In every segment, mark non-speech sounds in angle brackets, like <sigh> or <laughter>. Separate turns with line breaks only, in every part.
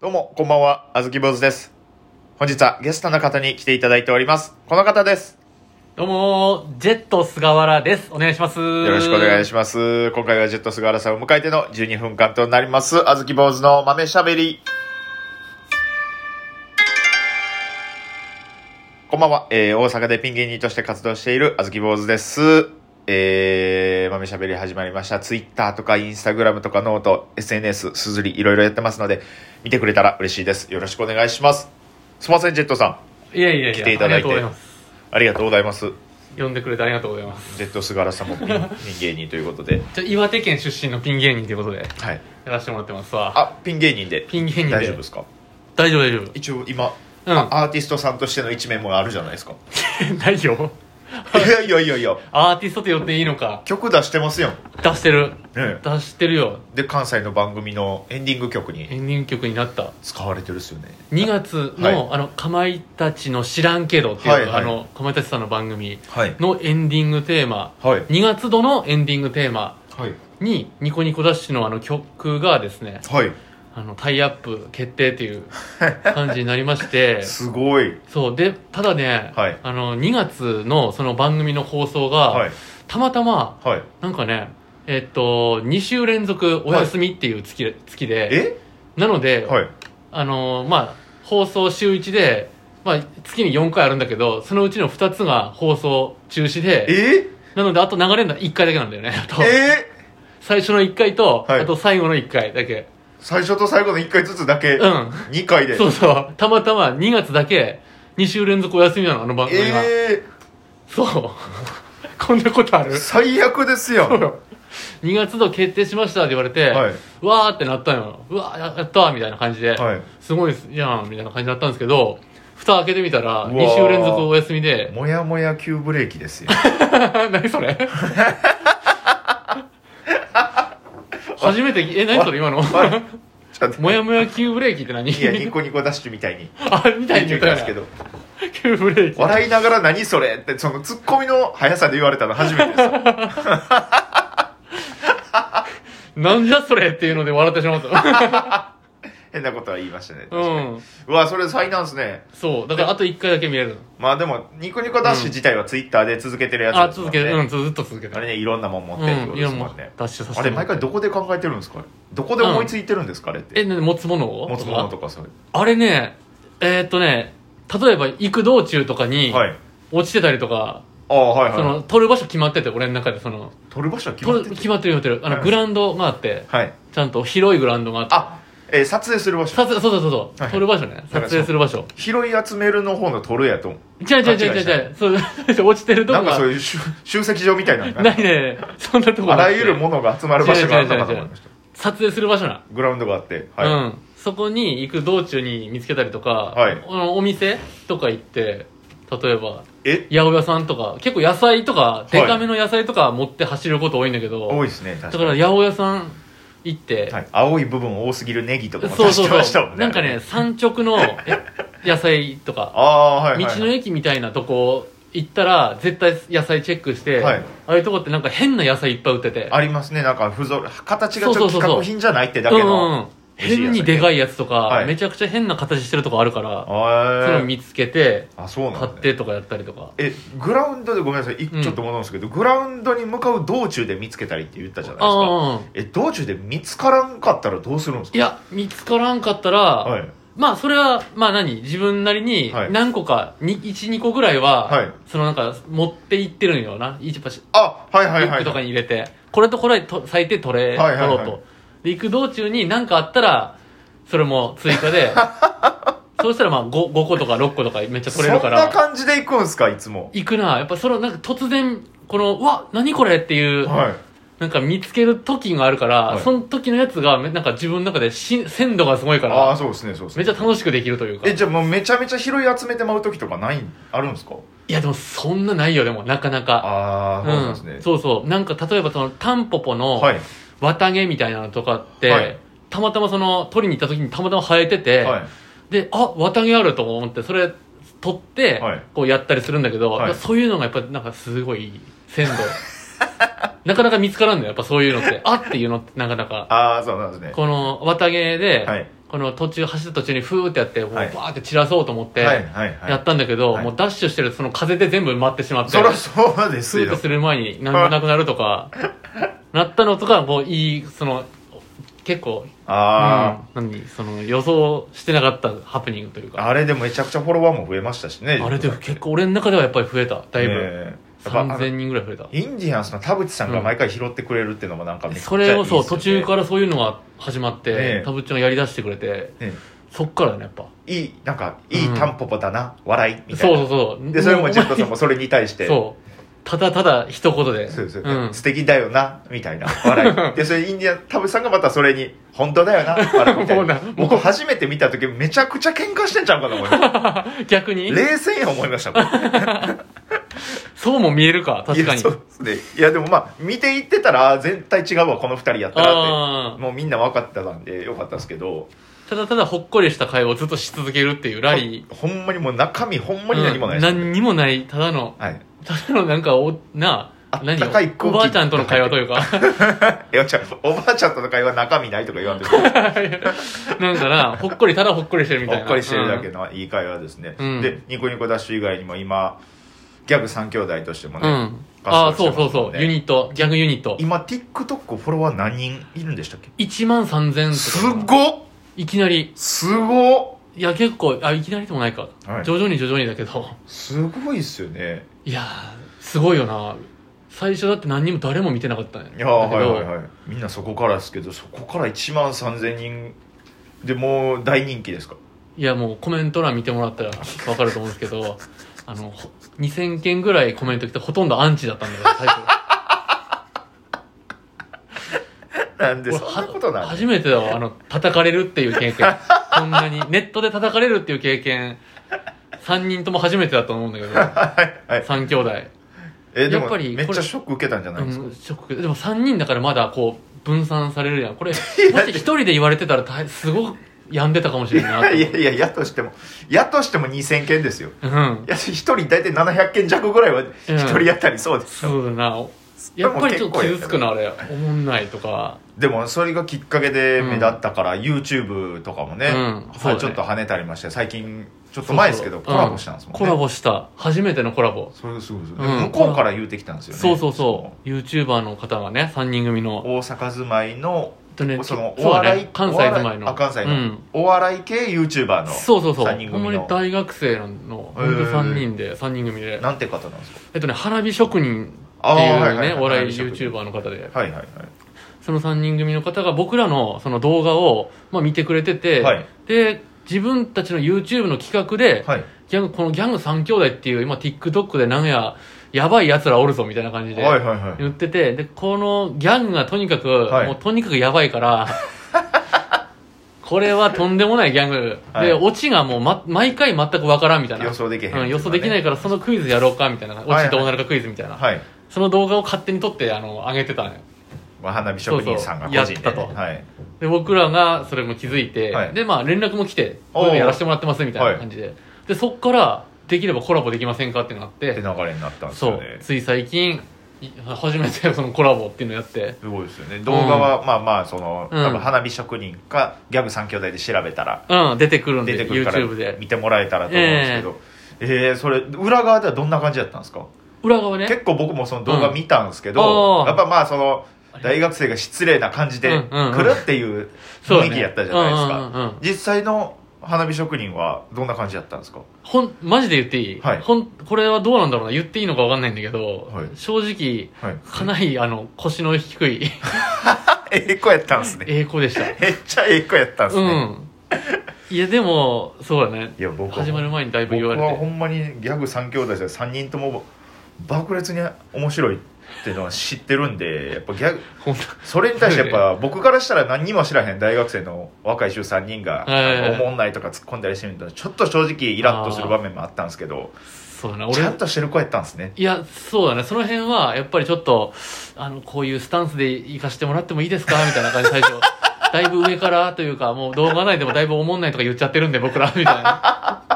どうも、こんばんは、あずき坊主です。本日はゲストの方に来ていただいております。この方です。
どうもージェット菅原です。お願いします。よ
よろしくお願い
し
します。今回はジェット菅原さんを迎えての12分間となります。あずき坊主の豆しゃべり。こんばんは、えー、大阪でピン芸人として活動しているあずき坊主です。えー、豆しゃべり始まりました。ツイッターとかインスタグラムとかノート、SNS、すずり、いろいろやってますので、見てくれたら嬉しいです。よろしくお願いします。すいません、ジェットさん。
ます。いやいやいや、
来ていただいて
ありがとうございます。
ありがとうございます。
呼んでくれてありがとうございます。
ジェット菅原さんもピンピン芸人ということで。
じゃ岩手県出身のピン芸人ということで、
はい。
やらせてもらってますわ。
あ、ピン芸人で。
ピン芸人で
大丈夫ですか
大丈夫大丈
一応今、
うん <laughs>
あアーティストさんとしての一面もあるじゃないですか。
夫。ないよ。
<laughs> いやいやいやいや、
アーティストって呼んでいいのか。
曲出してますよ。
出してる。
ねえ
出してるよ。
で、関西の番組のエンディング曲
エ
に
ンディング曲になった。
使われてるっすよね。
2月の、あの、かまいたちの知らんけどっていう、
はいはい
あの、かまいたちさんの番組
はい。
のエンディングテーマ、
はい。
2月度のエンディングテーマ
はい。
に、ニコニコダッシュのあの曲がですね、
はい。
あのタイアップ決定っていう感じになりまし
<laughs>
て
すごい。
そうでただね、
はい
あの2月のその番組の放送が、
はい。
たまたま
はい。
なんかねえっと2週連続お休みっていう月,、月で
え
なので、
はい。
あのまあ放送週1で、まあ、月に4回あるんだけどそのうちの2つが放送中止で
え
なのであと流れるのは1回だけなんだよねあと
え
最初の1回と、
はい
あと最後の1回だけ
最初と最後の1回ずつだけ、
うん
2回で。
そうそう。たまたま2月だけ2週連続お休みなの、あの番組が。
え
そう。 <laughs> こんなことあ
ー、
る
最悪ですよ。は
?2 月度決定しましたって言われて、
はいう
わーってなったのよ。うわーややったーみたいな感じで、
い。
すごいですやんみたいな感じだったんですけど、蓋開けてみたら
うわー
2週連続お休みで、 <laughs>
もやもや急ブレーキですよ。
何
<laughs>
それ初めてき、え、何それ今の
はいちょっと
<laughs> もやもや急ブレーキって何
いや、ニコニコダッシュみたいに。
<laughs> あ、みたいに言った
ん
よ
ですけ
ね。
ど。
急ブレーキ。
笑いながら何それって、そのツッコミの速さで言われたの初めてです。
<laughs> なんじゃそれっていうので笑ってし
<laughs>
まった。
変なことは言いましたね。確
う
かに
ん。
うわ、それ災難ですね。
そう。だからあと1回だけ見れるの。
まあでも、ニコニコダッシュ自体はツイッターで続けてるやつ
あ、
ですも
続
ん
け
ね。
て、うん、ずっと続けて。
あれね、いろんなもん持ってるってこ
うん、
と
い
で
や
すも
もうん
ね。
ダッシュさせ
あ
て
れ、
もらっ
毎
て
回どこで考えてるんですかどこで思いついてるんですかあれって。
え、な持つものを
持つものとかそういう。
あれね、えーっとね、例えば行く道中とかに、
はい。
落ちてたりとか、
ああ、はい
そ
はい。
の、撮る場所決まってて、俺の中で、その、
撮る場所は決
撮
まっ
る
て
決
て
まってる決まってる。あ
は
の、
い
グラウンドがあって、
はい。
ちゃんと広いグラウンドがあって。
あ、えー撮影する場所。
撮影、そうそうそうそう、
はい
撮る場所ね。撮影する場所。
拾い集めるの方の撮るやと。
違う違う違う違う違う。そう、 <laughs> 落ちてると
な
こ
んか
が
そ。ういう集集積場みたいなのが
ないね。そんなとこが
あ
って
らゆるものが集まる場所があるのかと思いました。
撮影する場所な、
グラウンドがあって。はい。
うんそこに行く道中に見つけたりとか、
はい
あのお店とか行って例えば
え
八百屋さんとか結構野菜とか
い
デカめの野菜とか持って走ること多いんだけど、
多いですね、
だ
確
か
からに。
八百屋さん行って、
はい、青い部分多すぎるネギとかも
そう
出し
そう
てました
そ
もん
う
ね。
なんかね産直のえ野菜とか
ああー、はい、はい
道
はい。
の駅みたいなとこ行ったら絶対野菜チェックして、
はい
ああいうとこってなんか変な野菜いっぱい売ってて
ありますね、なんか不ぞ形がちょっ
そ
と
うそうそうそう
規格品じゃないってだけ
うんうん
の。
うん変にでかいやつとか、
はい
めちゃくちゃ変な形してるとこあるから、
あ
それを
ー
見つけて
あ、そうなん
買っ
だね。
てとかやったりとか
え、グラウンドでごめんなさい、い
うん
ちょっと戻るんですけど、グラウンドに向かう道中で見つけたりって言ったじゃないですか。
ああ
え、道中で見つからんかったらどうするんです
い
か
や見つからんかったら、
はい。
まあそれはまあ何自分なりに
はい
何個か、に12個ぐらいは、
はい
そのなんか持って行ってるんよな一パシ
あ、はい
リ
は
ュ
い
ッ
はい
クと。かに入れて、これとこれと最低取れ、
はいはいはい
取ろうとで行く道中に何かあったらそれも追加
<laughs>
でそうしたらまあ 5, 5個とか6個とかめっちゃ取れるから
そんな感じで行くんですか、いつも。
行くなやっぱそのなんか突然このうわ何これっていう、
はい。
なんか見つける時があるから、
はい
その時のやつがめなんか自分の中でし鮮度がすごいか
ああ、
ら
そうですね、そうです
めっ
ね
ちゃ。楽しくできるというか
え、
い
じゃあもうめちゃめちゃ拾い集めてまう時とかない、あるんですか
やでもそんなないよでもなかなか
ああ、そうなんですね。
ん、そうそうなんか例えばそのタンポポの
はい。
綿毛みたいなのとかって、
はい
たまたまその取りに行った時にたまたま生えてて、
はい。
であ綿毛あると思ってそれ取って、
はい
こうやったりするんだけど、
はい
そういうのがやっぱなんかすごい鮮度 <laughs> なかなか見つからんのよやっぱそういうのってあっていうのってなかなか
ああ、そうなんですね。
この綿毛で、
はい。
この途中走った途中にフーってやってもう
は
バ
い
ーって散らそうと思って
はいはいはい
やったんだけど、
はい
もうダッシュしてるその風で全部待ってしまって
そりゃそうです
フーっ
よ
てする前に何もなくなる
<laughs>
とかなったのとかもういいその結構
あ
うん、何その予想してなかったハプニングという
あ、
か
あれでもめちゃくちゃフォロワーも増えましたしね
あれでも結構俺の中ではやっぱり増えただいぶ、
ええやっぱあの
3000人ぐらい増えた
インディアンスの田淵さんが毎回拾ってくれるっていうのもなんかめっちゃ
それをそう
いいっすよ
途
ね
中からそういうのが始まっ
え
て
え
田渕ちゃんがやりだしてくれて
ね
そっからだねやっぱ
いいなんかいいタンポポだな、笑いみたい
そう
な
そうそう
でそれもジェットさんもそれに対し
う
て
そうただただ一言で
そうですよね
うん <laughs>
素敵だよなみたいな笑いでそれインディアン田淵さんがまたそれに「本当だよな」笑いみた
も
いう
な
な
もう
僕初めて見た時めちゃくちゃ喧嘩してんちゃうかな思いました
逆 <laughs> に
冷静に思いましたこれ
そうも見えるか確
いや
かに
そうですねいやでもまあ見ていってたらあー全体違うわこの二人やったらっ
あ
て
あ
もうみんな分かってたんでよかったですけど
ただただほっこりした会話をずっとし続けるっていうラリー
ほんまにもう中身ほんまに何もない
うん
ですね、
何にもないただの
はい
ただのなんかおな
あ
あ何
ったかい空気
おばあちゃんとの会話という
<laughs>
か
いやじゃあおばあちゃんとの会話中身ないとか言わんとほっ
なんかなほっこりただほっこりして <laughs> るみたいな
こりしてるだけのいい会話ですね、
うん
でニコニコダッシュ以外にも今ギャグ3兄弟としても
う
ね、
ん、うんああ
活動して
そう
ますもんね
そうそうユニットギャグユニット
今 TikTok フォロワー何人いるんでしたっけ
1万3000
すごっ
いきなり
すごっ
いや結構あいきなりでもないか、
はい
徐々に徐々にだけど
すごいっすよね
いやーすごいよな最初だって何にも誰も見てなかったんや
いやーはいはいはいみんなそこからですけどそこから1万3000人でもう大人気ですか
いやもうコメント欄見てもらったら分かると思うんですけど <laughs> あのほ2000件ぐらいコメント来てほとんどアンチだったんだから最初
なん <laughs> で
俺
そんなことな
はい初めてだわあの叩かれるっていう経験こんなにネットで叩かれるっていう経験3人とも初めてだと思うんだけ
<laughs>
ど
はい
3兄弟
えでも
やっぱりこ
め
れ
っちゃショック受けたんじゃないですか、
うん、ショックでも3人だからまだこう分散されるやん
<laughs>
これもし1人で言われてたら大すごく病んでたかもしれないなと思う
いやいややとしてもやとしても2000件ですよ
うん
いや一人大体700件弱ぐらいは一人当たりそうですよ、
そうだな
れ
や
も
っぱりちょっと傷
結
つ
構
く
や
なあれおもんないとか
でもそれがきっかけで目立ったから、YouTube とかもね,、
うんそ
は
うだ
い、
ね
ちょっと跳ねたりまして最近ちょっと前ですけど
そう
コ
そう
ラボしたんですもんね、
コラボした初めてのコラボ
それすごいですよ
うん
向こうから言うてきたんですよね
そうそうそう YouTuber の方がね3人組の
大阪住まいの
えっとね
その
そう
お
だね
笑い、
関西住まい
お笑
の
あ関西の、
うん
お笑い系 YouTuber の
そうそうそう
3人
ほん
組
まに
の
大学生の
へ
ほ
ー
んと3人で3人組で
なんて方なんですか
えっとね花火職人
あー
ってい
はいはいうはい
ねお笑い
花火職人
YouTuber の方で
はいはい
その3人組の方が僕らのその動画をまあ見てくれてて
はい
で自分たちの YouTube の企画で
はい
ギャングこのギャング3兄弟っていう今 TikTok でなんややばい奴らおるぞみたいな感じで
はいはいはいはい
言っててでこのギャングがとにかく、
はい
もうとにかくやばいから
<laughs>
これはとんでもないギャング、
はい
でオチがもう、ま、毎回全くわからんみたいな
予想できへん
うん予想できないからそのクイズやろうかみたいなオチどうなるかクイズみたいな、
はい
その動画を勝手に撮ってあの上げてたのよ
まあ花火職人さんが個人で、ね、
そうそうやったと
はい
で僕らがそれも気づいて、
はい
でまあ連絡も来て
おー
こういうのやらせてもらってますみたいな感じで、でそっからできればコラボできませんかってなって
って流れになったんです
そ
よ
う
ね
つい最近い初めてそのコラボっていうのやって
すごいですよね動画は、まあまあその
うん
多分花火職人かギャグ3兄弟で調べたら
うん出てくるん
出
で
てくるから
YouTube で
見てもらえたらと思うんですけど、えーそれ裏側ではどんな感じだったんですか
裏側ね
結構僕もその動画見たんですけ
うん
ど、
あー
やっぱまあその大学生が失礼な感じで
うんうんうん
来るっていう
そう
雰
ね
囲気やったじゃないですか、
うんうんうんうん
実際の花火職人はどんな感じだったんですか
ほんマジで言っていい、
はい
ほんこれはどうなんだろうな言っていいのか分かんないんだけど、
はい
正直
はい <laughs>
かなりあの腰の低い
ええ子やったんですね
栄光でした、
めっちゃええ子やったんです
う
ね、
んいやでもそうだね
いや僕は
始まる前にだいぶ
僕
言われ
はほ
て
んまにギャグ3兄弟で3人とも爆裂に面白いっていうのは知ってるんでやっぱギャグ
ほんと
それに対してやっぱ僕からしたら何にも知らへん大学生の若い衆3人が
はい
おもんないとか突っ込んだりしてみるとちょっと正直イラッとする場面もあったんですけど
そうだな
ちゃ
俺
んとしてる子やったんですね
いやそうだねその辺はやっぱりちょっとあのこういうスタンスで行かしてもらってもいいですかみたいな感じで最
<laughs>
初だいぶ上からというかもう動画内でもだいぶおもんないとか言っちゃってるんで僕らみたいな
<laughs>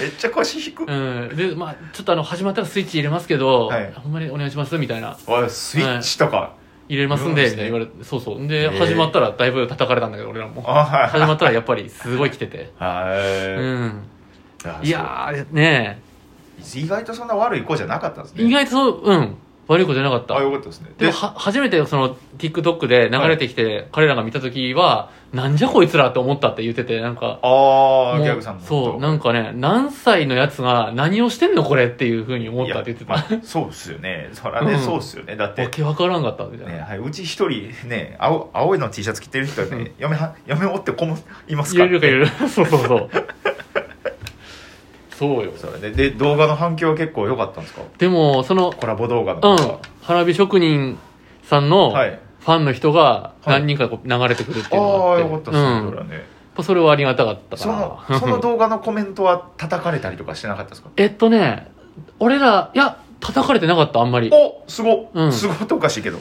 めっちゃ腰引く、
うん、でまあちょっとあの始まったらスイッチ入れますけど、
はい
ほんまにお願いしますみたいな
おいスイッチとか、
入れますんで、みたい
入れ
な言
ま
わ
す
れて、そうそう。
へ
で、
ー
始まったらだいぶ叩かれたんだけど、俺らも。
あはい
始まったらやっぱりすごい来てて。う
は
ん。
いあ
いやー、ね
そう意外とそんな悪い子じゃなかったんです
え
ね
意外とそう、うん。悪い子じゃなかった
あ。よかったですね
で
で
もは、初めてその TikTok で流れてきて、彼らが見た時は、なんじゃこいつらって思ったって言ってて、なんか、
ああ
もう
ギャグさんも
そう、なんんかね、何歳のやつが何をしてんのこれっていうふうに思ったって言ってた。わ
そうっすよねそらね、
うん
そうっすよねだって
けわからんかったみたいな。
ねはい、うち一人ね青青いの T シャツ着てる人
うん
ね嫁は嫁おって子もいます
入
か
れ
ら
るか入れる。そうそ
<laughs>
うそう。そうよ。
それでで動画の反響は結構良かったんですか
でも、その、
コラボ動画の
う
方
ん
が、
花火職人さんのフ
はい
ァンの人が
い
何人かこう流れてくるっていうのが
あ
あ
あ
って、
よかった
う
ですね、そ
ん
れ
やっ
はね
ぱそれはありがたかった
その
かな。
その動画のコメントは叩かれたりとかしてなかったですか
えっとね、俺ら、いや、叩かれてなかった、あんまり。
おすご、
うん
すごっておかしいけど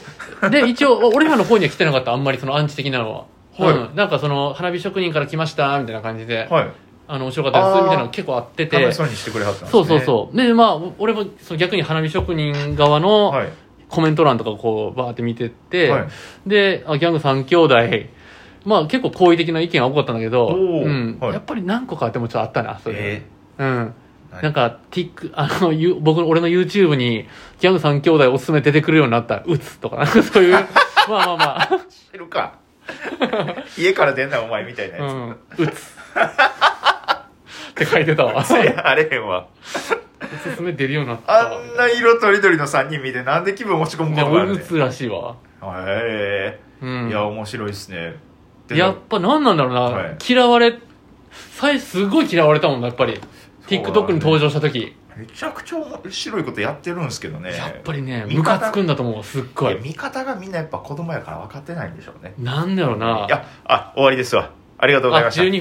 で、一応、俺らの方には来てなかった、あんまりそのアンチ的なのは。
はい
うん、なんかその、花火職人から来ました、みたいな感じで、
はい
あの、面白かったで
あー
す、みたいなの結構あってて
楽し。そうにしてくれはったんです、ね、
そうそうそう。で、まあ、お俺もその逆に花火職人側の
はい
コメント欄とかをこう、バーって見てって、
はい
で、あギャング3兄弟、まあ結構好意的な意見は多かったんだけど、
おー
うん
はい
やっぱり何個かでもちょっとあったな、それ。
え
うん。
ー
なんか、ティック、あの、ゆ僕の、俺の YouTube に、ギャング3兄弟おすすめ出てくるようになった、打つとか、なんかそう
<laughs>
いう、まあまあまあ、
知るか
<laughs>
家から出んなお前みたいな
う
やつ、
ん、打つ。って書いてた <laughs> わ。おす
いやあれへんわ
すめ出るようになった
あ
わ。
んな色とりどりの3人見てなんで気分落ち込むことがある
打
ね
つらしいわ。
へ
う
え
ん。
いや面白いですねで
やっぱ何なんだろうな、
はい
嫌われ最すごい嫌われたもんなやっぱり
そうなんだ
TikTok に登場した時、
めちゃくちゃ面白いことやってるんですけどね
やっぱりね
味方
ムカつくんだと思うすっご
い
い
や見方がみんなやっぱ子供やから分かってないんでしょうね
なんだろうない
やあ終わりですわありがとうござい
あ
ました
12